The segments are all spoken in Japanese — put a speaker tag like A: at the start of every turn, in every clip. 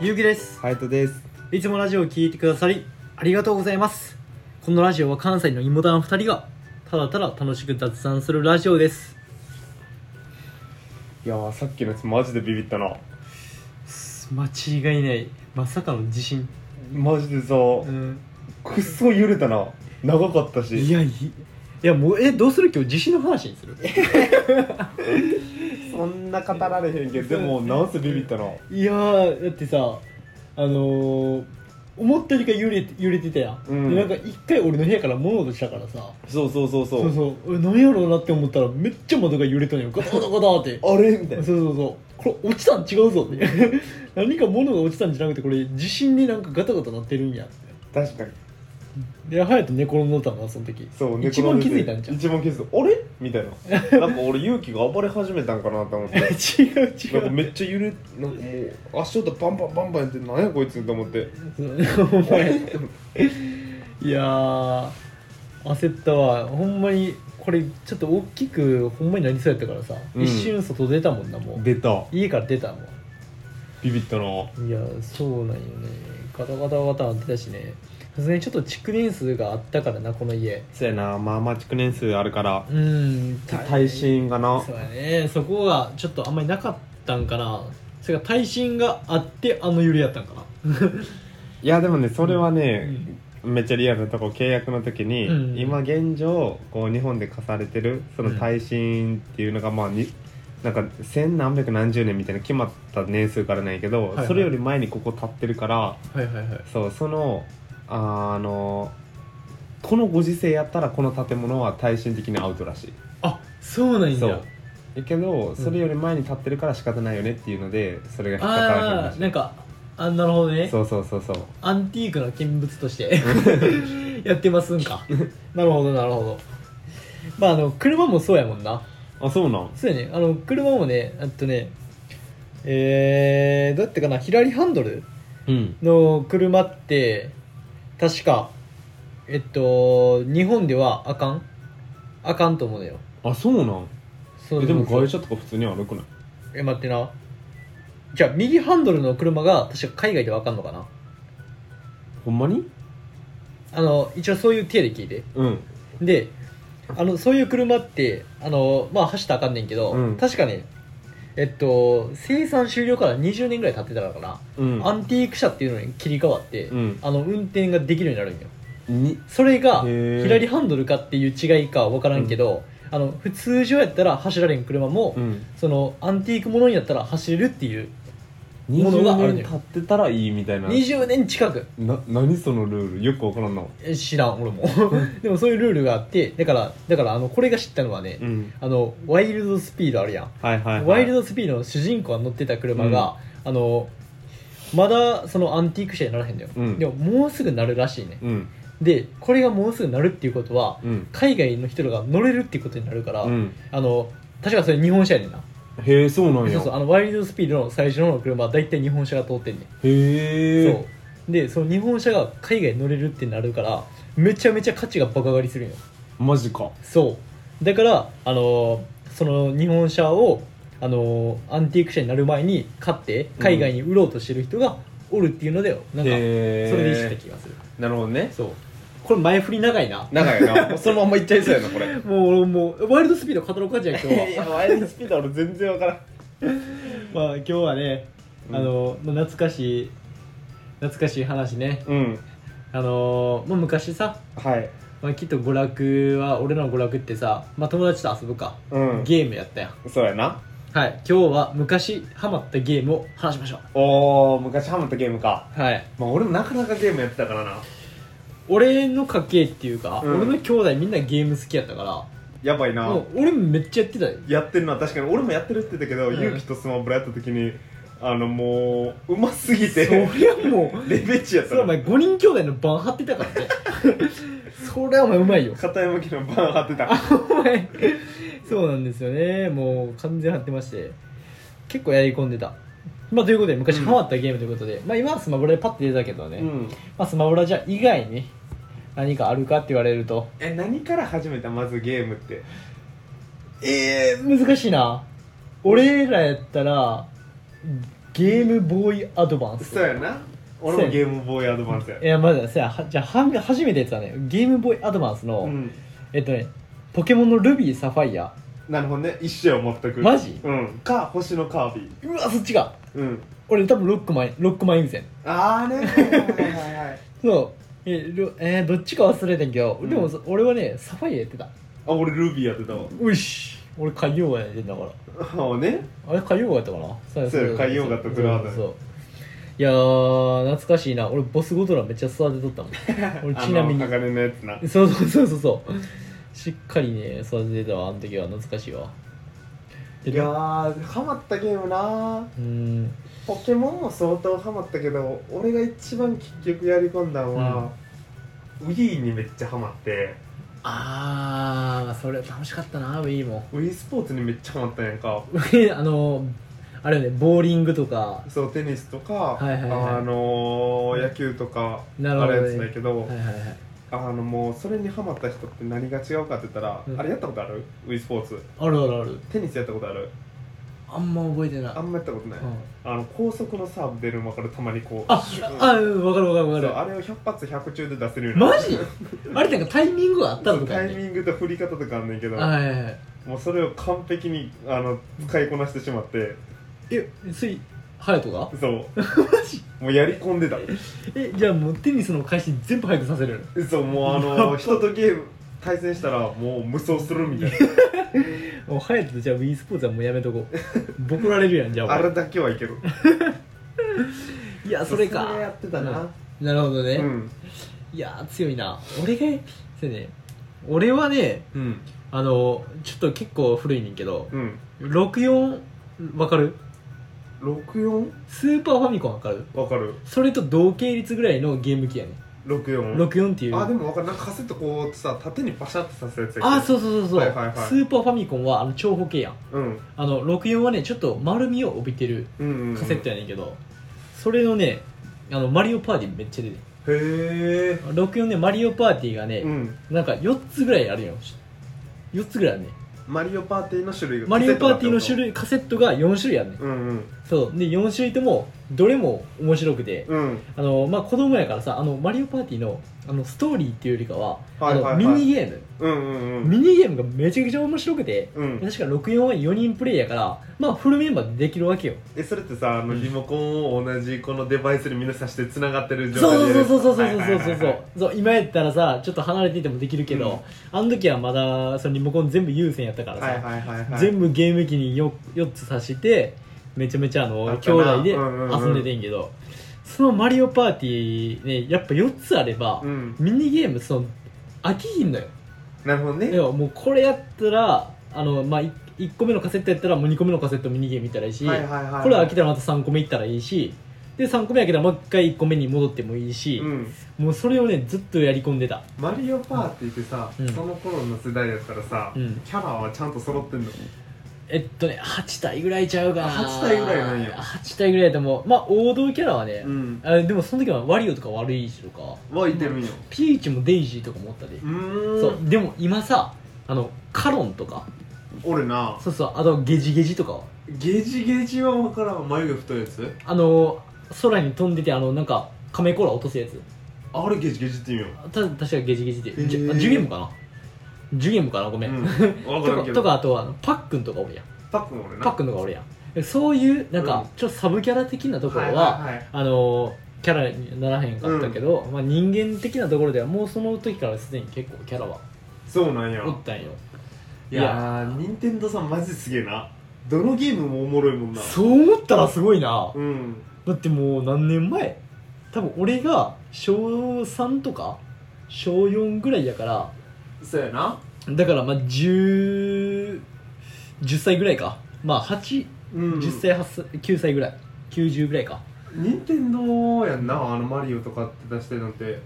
A: ゆうきです
B: ハヤトです。
A: いつもラジオを聞いてくださりありがとうございますこのラジオは関西の芋団2人がただただ楽しく雑談するラジオです
B: いやーさっきのやつマジでビビったな。
A: 間違いないまさかの地震
B: マジでさ、
A: うん
B: くっそ揺れたな。長かったし。
A: いやいいいやもうえどうする今日地震の話にする
B: そんな語られへんけど、でも、なんせビビったな。
A: いやーだってさあのー思ったよりか揺れて揺れてたやん、
B: うん
A: でなんか一回俺の部屋から物音したからさ
B: そうそうそうそ
A: そうそうえ何やろうなって思ったらめっちゃ窓が揺れたのよガタガタガタって
B: あれみたい
A: そう
B: な。
A: そうそうこれ落ちたん違うぞって 何か物が落ちたんじゃなくてこれ地震でなんかガタガタ鳴ってるんやって
B: 確かに。
A: で隼人寝転んどったのその時
B: そう、
A: 一番気づいたんじゃん違
B: 一番気づいた。あれみたい な。なんか俺、勇気が暴れ始めたんかなと思って。
A: う
B: なんか
A: 違う
B: めっちゃ揺れ、なんかもう、足音バンバンバンバンやって、なんやこいつと思って。
A: そうお前いやー焦ったわほんまにこれちょっと大きくほんまになりそうやったからさ、
B: うん
A: 一瞬外出たもんなもう
B: 出た。
A: 家から出たもん
B: ビビったな。
A: いやそうなんよねガタガタガタなってたしねさすがにちょっと築年数があったからなこの家
B: そやな、まあまあ、築年数あるから。
A: うん
B: 耐震がな
A: そうやねそこがちょっとあんまりなかったんかなそれが耐震があってあの揺れやったんかない
B: やでもねそれはね、めっちゃリアルなとこ契約の時に、
A: うん
B: 今現状こう日本で課されてるその耐震っていうのがまあになんか千何百何十年みたいな決まった年数からなんやけど、
A: はいはい
B: それより前にここ立ってるから
A: はいはいはい
B: そうそのあのこのご時世やったらこの建物は耐震的にアウトらしい。
A: あそうなん
B: そ
A: や
B: うやけどそれより前に立ってるから仕方ないよねっていうのでそれが引っかからへん
A: あ
B: らし
A: あ
B: い
A: なんかあなるほどね
B: そうそうそうそう
A: アンティークな見物として やってますんかなるほどなるほどまああの車もそうやもんな
B: あそうなん
A: そうやねあの車もねあとねえー、どうやってかな左ハンドル
B: うん
A: の車って確かえっと日本ではあかんあかんと思うのよ
B: あそうなん
A: そう
B: えでも
A: そう
B: 会社とか普通に歩くない
A: え待ってなじゃあ右ハンドルの車が確か海外ではあかんのかな
B: ほんまに
A: あの一応そういう手で聞いて
B: うん
A: であのそういう車ってあのまあ走ったらあかんねんけど、
B: うん
A: 確かねえっと生産終了から20年ぐらい経ってたのかな、
B: うん
A: アンティーク車っていうのに切り替わって、
B: うん
A: あの運転ができるようになるんよ
B: に
A: それが
B: へー
A: 左ハンドルかっていう違いかは分からんけど、あの普通常やったら走られん車も、
B: ん
A: そのアンティークものになったら走れるっていうものが
B: 20
A: あるね
B: 年経ってたらいいみたいな
A: 20年近く
B: な何そのルールよくわからんな
A: え知らん俺も でもそういうルールがあってだからだからあのこれが知ったのはね、
B: ん
A: あのワイルドスピードあるやん、
B: はいはい、はい、
A: ワイルドスピードの主人公が乗ってた車が、あのまだそのアンティーク車にならへんのよ、
B: うん
A: でももうすぐなるらしいね、
B: うん
A: でこれがもうすぐなるっていうことは、
B: うん
A: 海外の人らが乗れるっていうことになるから、
B: うん
A: あの確かそれ日本車やねんな
B: へえそうなん
A: そ
B: や
A: うそうあのワイルドスピードの最初の車は大体日本車が通ってんねん、
B: へえ
A: そうでその日本車が海外に乗れるってなるからめちゃめちゃ価値が爆上がりするんよ
B: マジか
A: そうだからあのーその日本車をあのーアンティーク車になる前に買って海外に売ろうとしてる人がおるっていうのでなんかそれ
B: へ
A: で
B: え
A: 知った気がする
B: なるほどね
A: そうこれ前振り長いな
B: 長い なもうそのまんまいっちゃいそうやなこれ
A: もう俺もうワイルドスピード語ろうかじゃあ今
B: い
A: 日は
B: やワイルドスピード俺全然わからん
A: まあ今日はね
B: うん
A: あのー、まあ懐かしい懐かしい話ね
B: うん
A: あのー、まあ、昔さ、
B: はい
A: まあ、きっと娯楽は俺らの娯楽ってさ、まあ、友達と遊ぶか、
B: うん
A: ゲームやったやん
B: そうやな
A: はい、今日は昔ハマったゲームを話しましょ
B: おお昔ハマったゲームか
A: う。はい、
B: まあ俺もなかなかゲームやってたからな
A: 俺の家系っていうか、
B: うん
A: 俺の兄弟みんなゲーム好きやったか
B: やばい
A: ら、
B: な
A: もう俺もめっちゃやってたよ。
B: やってるのは確かに俺もやってるって言ったけど、
A: うん
B: 勇気とスマブラやった時にあのもううますぎ
A: そ
B: て
A: りゃもう、
B: レベチやっ
A: そ
B: た
A: れお
B: の
A: 前5人兄弟の番張ってたからね。それはお前うまいよ。
B: 片山家のバン張ってた
A: お前、そうなんですよね。もう完全張ってまして、結構やり込んでた。まあということで、昔ハマったゲームということで、まあ今はスマブラでパッて出たけどね、
B: うん
A: まあスマブラじゃ以外に何かあるかって言われると、
B: え何から始めたまずゲームって
A: えー、難しいな俺らやったらゲームボーイアドバンス
B: そうやな俺もゲームボーイアドバンスや
A: いやまださじゃあはん初めてやつはねゲームボーイアドバンスの、
B: うん
A: えっとねポケモンのルビーサファイア
B: なるほどね一生を持っとく
A: マジ
B: うんか星のカービ
A: うわそっちが
B: ィうん
A: 俺多分ロックマンロックマン優先
B: ああねはいはいはい
A: そうえろえーどっちか忘れてんけど、
B: うん
A: でもそ俺はねサファイアやってた
B: あ俺ルビーやってたわ
A: ういし俺海洋画やってんだから
B: ああね
A: あれ海洋画やったかなそう
B: そう海洋画とグラーデン
A: そうそういやー懐かしいな俺ボスゴトラめっちゃ育てとったもん俺ちなみに
B: あの鋼のやつな
A: そうそうそうそうそうしっかりね育ててたわあの時は懐かしいわで
B: いやーハマったゲームなー
A: うーん
B: ポケモンも相当ハマったけど俺が一番結局やり込んだのは、ウィーにめっちゃハマって
A: ああそれ楽しかったなウィーも
B: ウィースポーツにめっちゃハマったんやんか
A: あのあれよねボーリングとか
B: そうテニスとか、
A: いはいはい
B: あのー野球とか
A: なるほどね
B: あれやつだけど、
A: はいはいはい
B: あのもうそれにハマった人って何が違うかって言ったら、
A: うん
B: あれやったことあるウィースポーツ
A: あるあるある
B: テニスやったことある
A: あんま覚えてない
B: あんまやったことない、
A: うん
B: あの高速のサーブ出る馬からたまにこう
A: あ
B: シューン
A: あ分かる分かる分
B: そう
A: か
B: あれを100発100中で出せるよ
A: る
B: うにな
A: マ
B: る
A: ジあれなんかタイミングがあった
B: そ
A: の
B: う
A: か
B: タ
A: よ
B: イ
A: ね
B: ミングと振り方とかあんねんけど、
A: はいはいはい
B: もうそれを完璧にあの使いこなしてしまって
A: えついハヤトが
B: そう
A: マジ
B: もうやり込んでた
A: えじゃあもうテニスの開始全部早くさせる
B: そうもうあの人とゲーム対戦したらもう無双するみたい
A: もうハヤトとじゃあ w e スポーツはもうやめとこ うボコられるやんじゃ
B: な
A: あ
B: あれ
A: 俺
B: だけはいける
A: いやそれか
B: やってたな
A: なるほどね、
B: うん
A: いやー強いな俺がそうね俺はね
B: うん
A: あのちょっと結構古いねんけど
B: うん
A: 64わかる
B: 64
A: スーパーファミコンわかる
B: わかる
A: それと同系列ぐらいのゲーム機やね
B: 64
A: 64っていう
B: あでもわかるなんかカセットこうさ縦にパシャってさせるやつや
A: あ
B: う
A: そうそうそうそう、
B: はいはいはい
A: スーパーファミコンはあの長方形やん
B: うん
A: あの64はねちょっと丸みを帯びてる
B: うんうんうん
A: カセットやねんけど、それのねあのマリオパーティーめっちゃ出てる
B: へえ
A: 64ねマリオパーティーがね、
B: うん
A: なんか4つぐらいあるよ4つぐらいあるね
B: マリオパーティーの種類が
A: マリオパーティーの種
B: 類
A: 類カセットが4種類あるね
B: うんうん
A: そうで4種類ともどれも面白くて、
B: うん
A: あのまあ子供やからさあのマリオパーティーのあのストーリーっていうよりかは,、
B: はいはいはい
A: あのミニゲーム、
B: うんうんうん
A: ミニゲームがめちゃくちゃ面白くて、
B: うん
A: 確か64は4人プレイやからまあフルメンバーでできるわけよ
B: えそれってさあの
A: うん
B: リモコンを同じこのデバイスにみんな挿してつながってる状態
A: そう
B: で
A: そうそうそうそうそうそう
B: はい
A: そう
B: はいはいはい
A: そう今やったらさちょっと離れていてもできるけど、あの時はまだそのリモコン全部優先やったからさ、
B: はいはいはいはい
A: 全部ゲーム機に 4, 4つ挿してめちゃめちゃあの
B: あっ
A: 兄
B: たな
A: 弟で
B: うんうんうん
A: 遊んでてんけど、そのマリオパーティーねやっぱ4つあれば、
B: うん
A: ミニゲームその飽きひんのよ
B: なるほどね
A: 要はもうこれやったらあの、まあ、い1個目のカセットやったらもう2個目のカセットミニゲーム見たらいいし、
B: はいはいはい
A: これ飽き
B: た
A: たらまた3個目行ったらいいしで3個目やけどもう1回1個目に戻ってもいいし、
B: うん
A: もうそれをねずっとやり込んでた
B: マリオパーティーってさ
A: うん
B: その頃の世代やったらさ
A: う
B: キ
A: ん
B: ャラはちゃんと揃ってんの
A: えっとね8体ぐらいちゃうかな
B: あ8体ぐらいなんや
A: 8体ぐらいやと思うまあ王道キャラはね、
B: うん
A: あでもその時はワリオとか悪いしとか
B: はいてみよ
A: ピーチもデイジーとかもおったで、
B: ううーん
A: そうでも今さあのカロンとか
B: 俺な
A: そうそうあとゲジゲジとか
B: ゲジゲジは分からん眉毛太いやつ
A: あの空に飛んでてあのなんか亀甲羅落とすやつ
B: ああれゲジゲジって意味よ
A: た確かゲジゲジって、じ
B: へ
A: ゅ
B: ー
A: あジュゲームかなジュゲームかなごめん、
B: うん
A: と
B: 分からん
A: か
B: け
A: と
B: ど
A: かあとはあのパックンとかおるやん
B: パックン俺な
A: パックンとかおるやんえそういうなんか、
B: うん
A: ちょっとサブキャラ的なところは,、
B: いはい
A: あのキャラにならへんかったけど、まあ、人間的なところではもうその時からすでに結構キャラは
B: そうなんや
A: おったんよ
B: いやー任天堂さんマジすげえなどのゲームもおもろいもんな
A: そう思ったらすごいな
B: うん
A: だってもう何年前多分俺が小3とか小4ぐらいやから
B: そうやな
A: だからまあ1010歳ぐらいかまあ810
B: うん
A: 歳8歳9歳ぐらい90ぐらいか
B: 任天堂やんなあのマリオとかって出してるなんて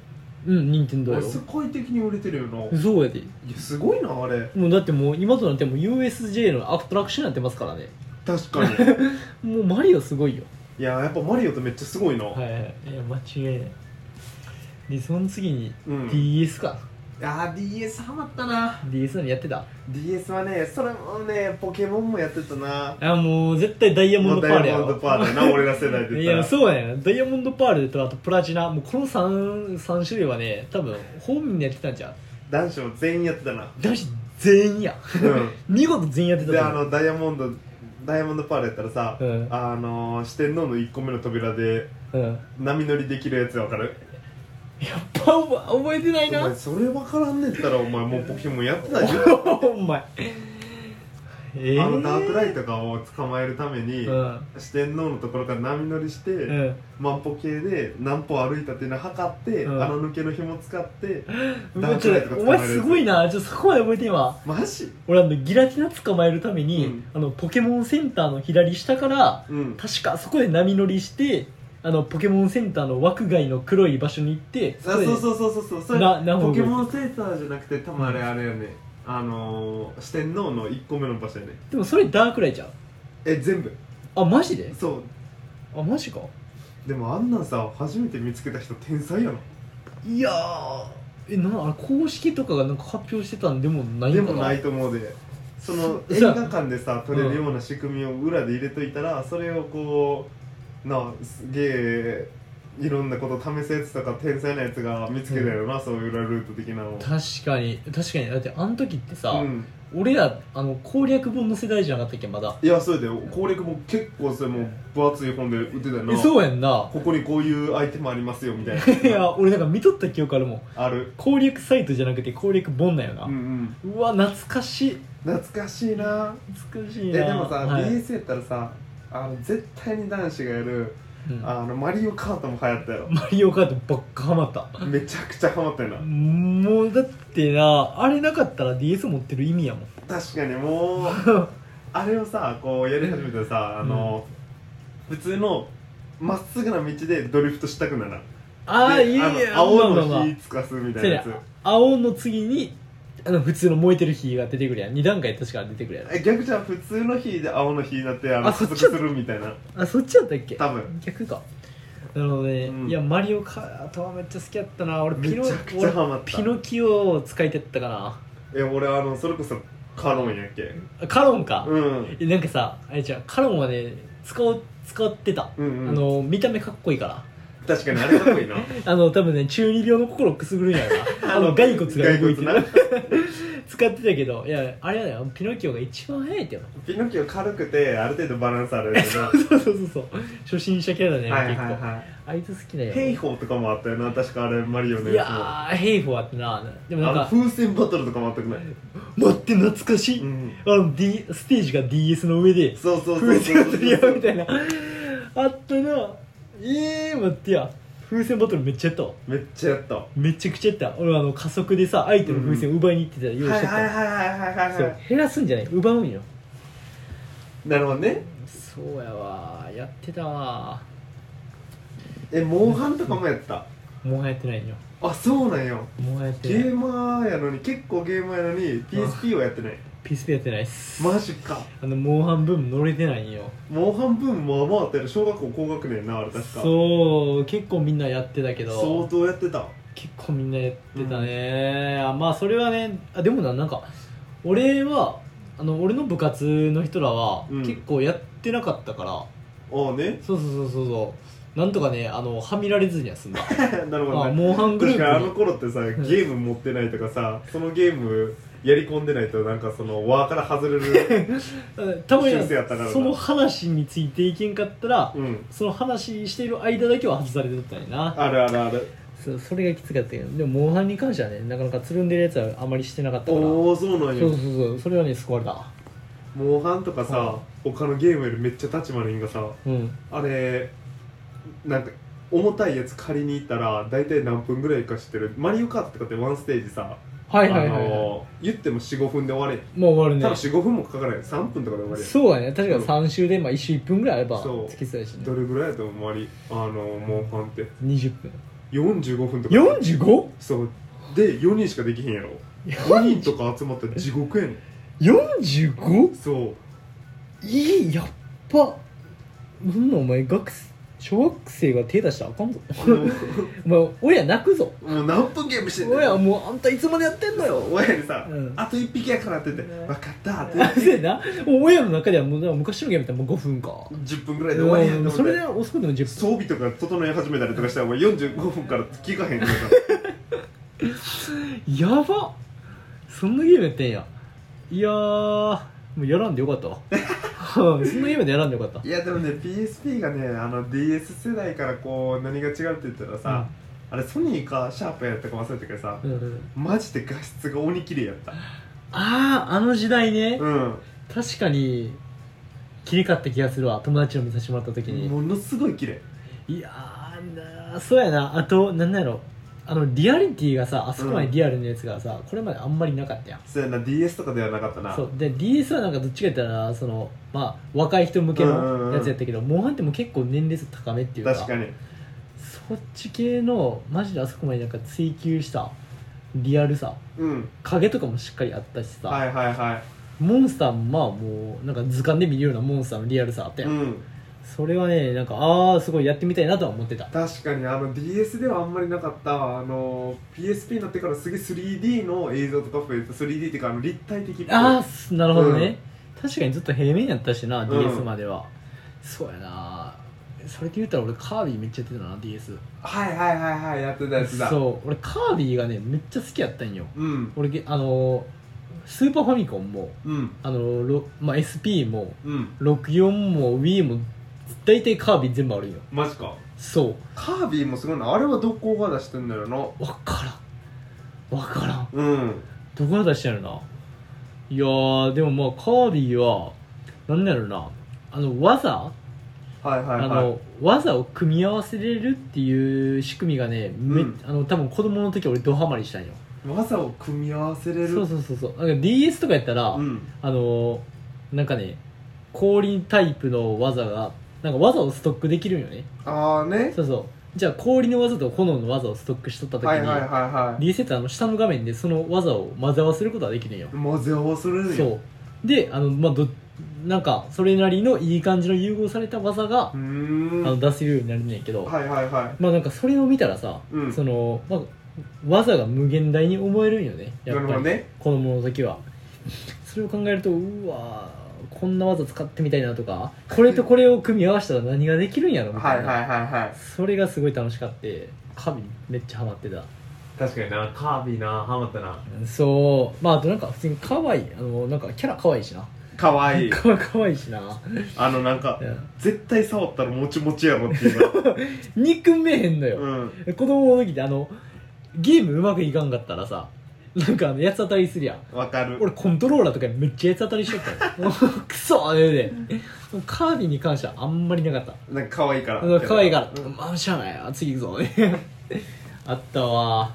A: うん任天堂
B: 俺
A: よ
B: 世界的に売れてるよな
A: そうやで
B: いやすごいなあれ
A: もうだってもう今となってもう USJ のアトラクションになってますからね
B: 確か に
A: もうマリオすごいよ
B: いややっぱマリオってめっちゃすごいな、
A: はいいや間違いないでその次に
B: うん
A: DS か、
B: あー DS ハマったな
A: DS のやってた
B: DS はねそれもねポケモンもやってたな
A: あもう絶対ダイヤモンドパールや
B: もうダイヤモンド
A: ろ
B: パールやな俺ら世代で
A: い
B: 言
A: や
B: った
A: そうやんダイヤモンドパールとあとプラチナもうこの 3, 三種類はね多分本人でやってたんじゃん
B: ら男子も全員やって たな
A: 男子全員や見事全員やってた
B: で
A: と
B: あ
A: 思う
B: のダイヤモンドダイヤモンドパールやったらさ、
A: うん
B: あの四天王の1個目の扉で
A: うん
B: 波乗りできるやつわかる
A: やっぱお前覚えてない
B: お前
A: な
B: それわからんねったらお前もうポケモンやってないよ、
A: お前えー、
B: あのダークライとかを捕まえるために、
A: うん
B: 四天王のところから波乗りして、
A: うん
B: 万歩計で何歩歩いたっていうのを測って、
A: うん
B: 穴抜けの紐使って
A: うわちょっとお前すごいなちょっとそこまで覚えてんわ
B: マジ
A: 俺あのギラティナ捕まえるために、
B: うん
A: あのポケモンセンターの左下から
B: うん
A: 確かそこで波乗りしてあのポケモンセンターの枠外の黒い場所に行って
B: あそう
A: う
B: そうそうそうそうそれ
A: な何本
B: ポケモンセンターじゃなくて多分あれあれよねあのー、四天王の1個目の場所やね
A: でもそれダークライじゃん
B: え全部
A: あマジで
B: そう
A: あマジか
B: でもあんなんさ初めて見つけた人天才やない
A: やーえなあれ公式とかがなんか発表してたんでもないん
B: で
A: か
B: もないと思うでその
A: そ
B: 映
A: じゃあ
B: 画館でさ撮れるような仕組みを裏で入れといたらそれをこうなあすげえいろんなこと試すやつとか天才なやつが見つけたよな、そういう裏ルート的なのを
A: 確かに確かにだってあの時ってさ、
B: うん、
A: 俺らあの攻略本の世代じゃなかったっけまだ
B: いやそれで攻略も結構それも分厚い本で売ってたよ
A: え
B: な
A: そうやんな
B: ここにこういうアイテムありますよみたい
A: い
B: な
A: や俺なんか見とった記憶あるもん
B: ある
A: 攻略サイトじゃなくて攻略本なんよな、
B: うんうん
A: うわ懐かしい
B: 懐かしいな
A: 懐かしい
B: え
A: な
B: でもさ、
A: はい
B: DS やったらさあの絶対に男子がやる
A: うん
B: あのマリオカートも流行ったよ
A: マリオカートばっかハマった
B: めちゃくちゃハマったよな
A: もうだってなあれなかったら DS 持ってる意味やもん
B: 確かにも うあれをさこうやり始めたらさあの、普通のまっすぐな道でドリフトしたくならん
A: ああ
B: で
A: いい
B: あの
A: や
B: 青
A: まあまあ
B: の
A: ま
B: 火つかすみ
A: あ
B: た
A: せ
B: い
A: や
B: なや
A: な
B: つ
A: 青の次にあの普通の燃えてる火が出てくるやん2段階確か出てくるや
B: え逆じゃん普通の火で青の火になってあの
A: あ
B: 加
A: そっ
B: 速
A: ち
B: するみたいな
A: ろあそっちやったっけ
B: 多分
A: 逆かなるほどね、
B: うん
A: いやマリオカートはめっちゃ好きやったな俺ピノ
B: めちゃくちゃハマった
A: 俺ピノキオを使いたったかな
B: え俺あのそれこそカロンやっけ
A: あカロンか、
B: うん
A: えなんかさあれじゃんカロンはね使おう使ってた、
B: うんうん
A: あの見た目かっこいいから
B: 確かにあれかっこいいな
A: あの多分ね中二病の心をくすぐるんやろ な あの骸骨が動いて
B: 骸
A: る
B: 骨
A: 使ってたけどいやあれやだよピノキオが一番早いってよ
B: なピノキオ軽くてある程度バランスあるやつなは
A: そうそうそうそう初心者キャラだね、
B: いはい
A: 結構
B: は
A: あいつ好きだ
B: い
A: よ
B: ヘイホーとかもあったよな確かあれマリオの
A: いや
B: やつも
A: ーヘイフォあってなでもなん
B: あ
A: か
B: の風船バトルとかもあったくない、
A: 待って懐かしい、
B: ん、
A: あの、D、ステージが DS の上で
B: そうそうそう
A: 風
B: そう
A: 船が取り合うみたいなあったなえー、待ってや風船バトルめっちゃやったわ
B: めっちゃやったは
A: めちゃくちゃやった俺はあの加速でさ相手の風船奪いに行ってたら
B: い
A: 用意
B: は
A: し
B: い
A: てた、
B: はいはいはいはい
A: そう減らすんじゃない奪うんよ
B: なるほどね
A: そうやわやってたわ
B: えモンハンとかもやった
A: もはやってないよ
B: あそうなんよ
A: もはやっ
B: ゲ
A: てない
B: ーマーやのに結構ゲーマーやのに PSP はやってない
A: PSP やってないっす
B: マジか
A: あのモンハンブーム乗れてないんよ
B: モンハンブームもまあまああったよ小学校高学年なあれ確か
A: そう結構みんなやってたけど
B: 相当やってた
A: 結構みんなやってたね、あまあそれはねあでもななんか俺はあの俺の部活の人らは
B: うん
A: 結構やってなかったから、
B: ああね
A: そうそうそうそうそうなんとかねあのはみられずには済んだ
B: なるほ
A: あ
B: どね
A: モンハングル
B: 確かにあ
A: ー
B: の
A: プ
B: 頃ってさゲーム持ってないとかさそのゲームやり込んでないとなんかその輪から外 れる
A: にたまに
B: 修正やったからな
A: その話についていけんかったら、
B: うん
A: その話している間だけは外されてたんやな
B: あるあるある
A: そうそれがきつかったけどでもモンハンに関してはねなかなかつるんでるやつはあまりしてなかったから
B: おおそうなん
A: そうそ
B: よ
A: うそうそれはね救われた
B: モンハンとか
A: は
B: さ他のゲームよりめっちゃ立ち悪いんがさ
A: うん
B: あれなんか重たいやつ借りに行ったら大体何分ぐらいか知ってるマリオカートとかってワンステージさ
A: はいはいはい、はい
B: あのー言っても45分で終われ
A: もう終わるね
B: 多分45分もかからない3分とかで終われ
A: そうやね確か3週で、まあ、1週1分ぐらいあれば
B: そう
A: つきそうやしね
B: どれぐらいやと思うありあのーモンハンって
A: 20分
B: 45分とか
A: 45?45
B: そうで4人しかできへんやろ5人とか集まったら地獄やねん
A: 45?
B: そう
A: いいやっぱなんなんお前学生小学生が手出したらあかんぞ
B: も
A: お前親泣くぞ
B: うもう何分ゲームしてんの
A: 親もうあんたいつまでやってんのよ
B: 親にさ、
A: うん
B: あと1匹やからって言って、
A: うん
B: 分かったって言
A: あ
B: っ て
A: そうやなもう親の中ではもうなんか昔のゲームってもう5分か
B: 10分ぐらいで終わりやん
A: うん
B: と思って
A: それで遅くても10分
B: 装備とか整え始めたりとかしたらもう45分から聞かへんとか
A: やばそんなゲームやってんやいやーもうやらんでよかった わうんそんなゲームでやらんでよかった
B: いやでもね PSP がねあの DS 世代からこう何が違うって言ったらさ、あれソニーかシャープやったか忘れたけどさ、
A: うんうん
B: マジで画質が鬼綺麗やった
A: あああの時代ね、
B: うん
A: 確かにきれかった気がするわ友達の見させてもらった時に、
B: ものすごい綺麗
A: いやーなーそうやなあとなんなんやろあのリアリティがさあそこまでリアルなやつがさ、これまであんまりなかったやん
B: そうやな DS とかではなかったな
A: そうで DS はなんかどっちか言ったらその、まあ、若い人向け
B: うんうんう
A: の
B: ん
A: やつやったけど、モンハンってもう結構年齢層高めっていうか
B: 確かに
A: そっち系のマジであそこまでなんか追求したリアルさ
B: うん
A: 影とかもしっかりあったしさ、
B: はいはいは
A: モンスターもまあもうなんか図鑑で見るようなモンスターのリアルさあった
B: い
A: や、
B: うんん
A: それはねなんかああすごいやってみたいなとは思ってた
B: 確かにあの DS ではあんまりなかったあの PSP になってからすげえ 3D の映像とか増えた 3D っていうかあの立体的
A: ああすなるほどね、確かにずっと平面やったしな DS までは、そうやなそれで言ったら俺カービィめっちゃやってたな DS
B: はいはいはいはいやってたやつだ
A: そう俺カービィがねめっちゃ好きやったんよ
B: うん
A: 俺げあのースーパーファミコンも
B: うん
A: あのーろまあ、SP も
B: うん
A: 64も Wii も大体カービィ全部あるんよ
B: マジか
A: そ
B: カービィもすごいなあれはどこが出してんだよな
A: うわからんわからん
B: うん
A: どこが出してんやろないやーでもまあカービィはなんだろうなあの技
B: はいはい
A: あ
B: はい
A: の技を組み合わせれるっていう仕組みがねめ、
B: うん
A: あの多分子供の時俺ドハマりしたんよ
B: 技を組み合わせれる
A: そうそうそうそうなんか DS とかやったら、
B: うん
A: あのーなんかね氷タイプの技がなんか技をストックできるんよね
B: ああね
A: そうそうじゃあ氷の技と炎の技をストックしとった時に、
B: はいはいはいは
A: D セットあの下の画面でその技を混ぜ合わせることはできるんよ
B: い、混ぜ合わせれるよ
A: そうであのまあどなんかそれなりのいい感じの融合された技が
B: う、ー
A: あの
B: ん
A: 出せるようになるんやけど、
B: はいはいはい
A: まあなんかそれを見たらさ、
B: うん
A: その、まあ、技が無限大に思えるんよねや
B: な
A: っ
B: るほ
A: ぱ
B: ど
A: り、
B: ね
A: 子供の時はそれを考えるとうわーこんな技使ってみたいなとかこれとこれを組み合わせたら何ができるんやろみ
B: は
A: たい
B: い
A: な、
B: はいはいはい
A: それがすごい楽しかってカビめっちゃハマってた
B: 確かになカービィなハマったな
A: そうまああとなんか普通に可愛いあのなんかキャラ可愛いしな
B: かわいい
A: か可愛いしな、
B: あのなんか
A: うん
B: 絶対触ったらもちもちやろっていうか
A: 憎めへん のよ、
B: うん
A: 子供の時ってあのゲームうまくいかんかったらさなんかあの八つ当たりするやん
B: わかる
A: 俺コントローラーとかめっちゃ八つ当たりしとったよクソあれでカービィに関してはあんまりなかった
B: なんか可愛いから
A: うん可愛いから
B: う、ん
A: まあしゃあないわ次行くぞ あったわ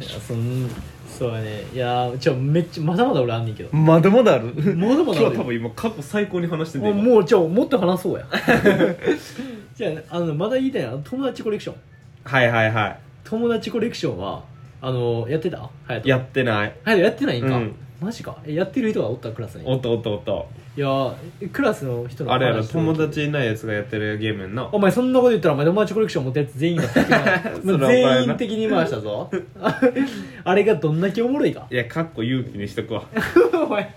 A: いやそんそうやねいやちょめっちゃまだまだ俺あんねんけど
B: まだまだある
A: まだまだあるよ
B: 今過去最高に話して
A: もう
B: 今
A: もうちょもっと話そうや じゃああのまだ言いたいのは友達コレクション
B: はいはいは
A: 友達コレクションはあのやってた隼人
B: やってない
A: 隼人やってないんか、
B: うん
A: マジかえやってる人がおったクラスに
B: おっとおっとおっと
A: いやークラスの人の話
B: あれやろ友達いないやつがやってるゲームやんな
A: お前そんなこと言ったらお前友達コレクション持ったやつ全員が
B: れは お前な
A: 全員的に回したぞ あれがどんだけおもろいか
B: いやかっこ勇気にしと くわ
A: お前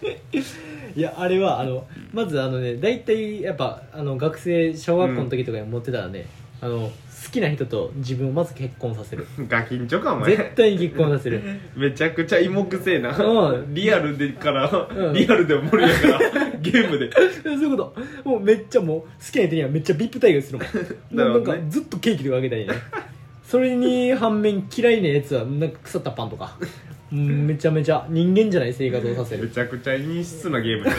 A: いやあれはあのまずあのね大体やっぱあの学生小学校の時とかに持ってたらね、あの好きな人と自分をまず結婚させる
B: ガキンチョかお
A: 絶
B: 前
A: 対に結婚させる
B: めちゃくちゃ芋くせえな
A: うん
B: リアルでから
A: うん
B: リアルでも盛りやからゲームで
A: そういうこともうめっちゃもう好きな人にはめっちゃビップ待遇するもん
B: なる
A: も
B: ほ
A: う
B: ど
A: な
B: ね
A: んかずっとケーキとかあげたりねそれに反面嫌いなやつはなんか腐ったパンとかうんめちゃめちゃ人間じゃない生活をさせ
B: め
A: る
B: ちゃくちゃ陰湿なゲームや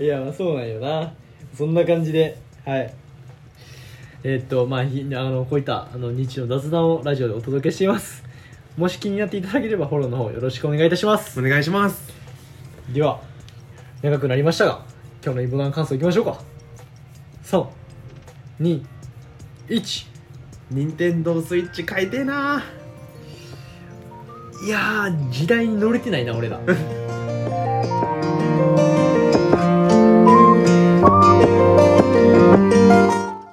A: いやまあそうなんよなそんな感じではいえーっとまあひあのこういったあの日常の雑談をラジオでお届けしていますもし気になっていただければフォローの方よろしくお願いいたします
B: お願いします
A: では長くなりましたが今日のイボダン感想いきましょうか321
B: 任天堂スイッチ買いてえない
A: やー時代に乗れてないな俺ら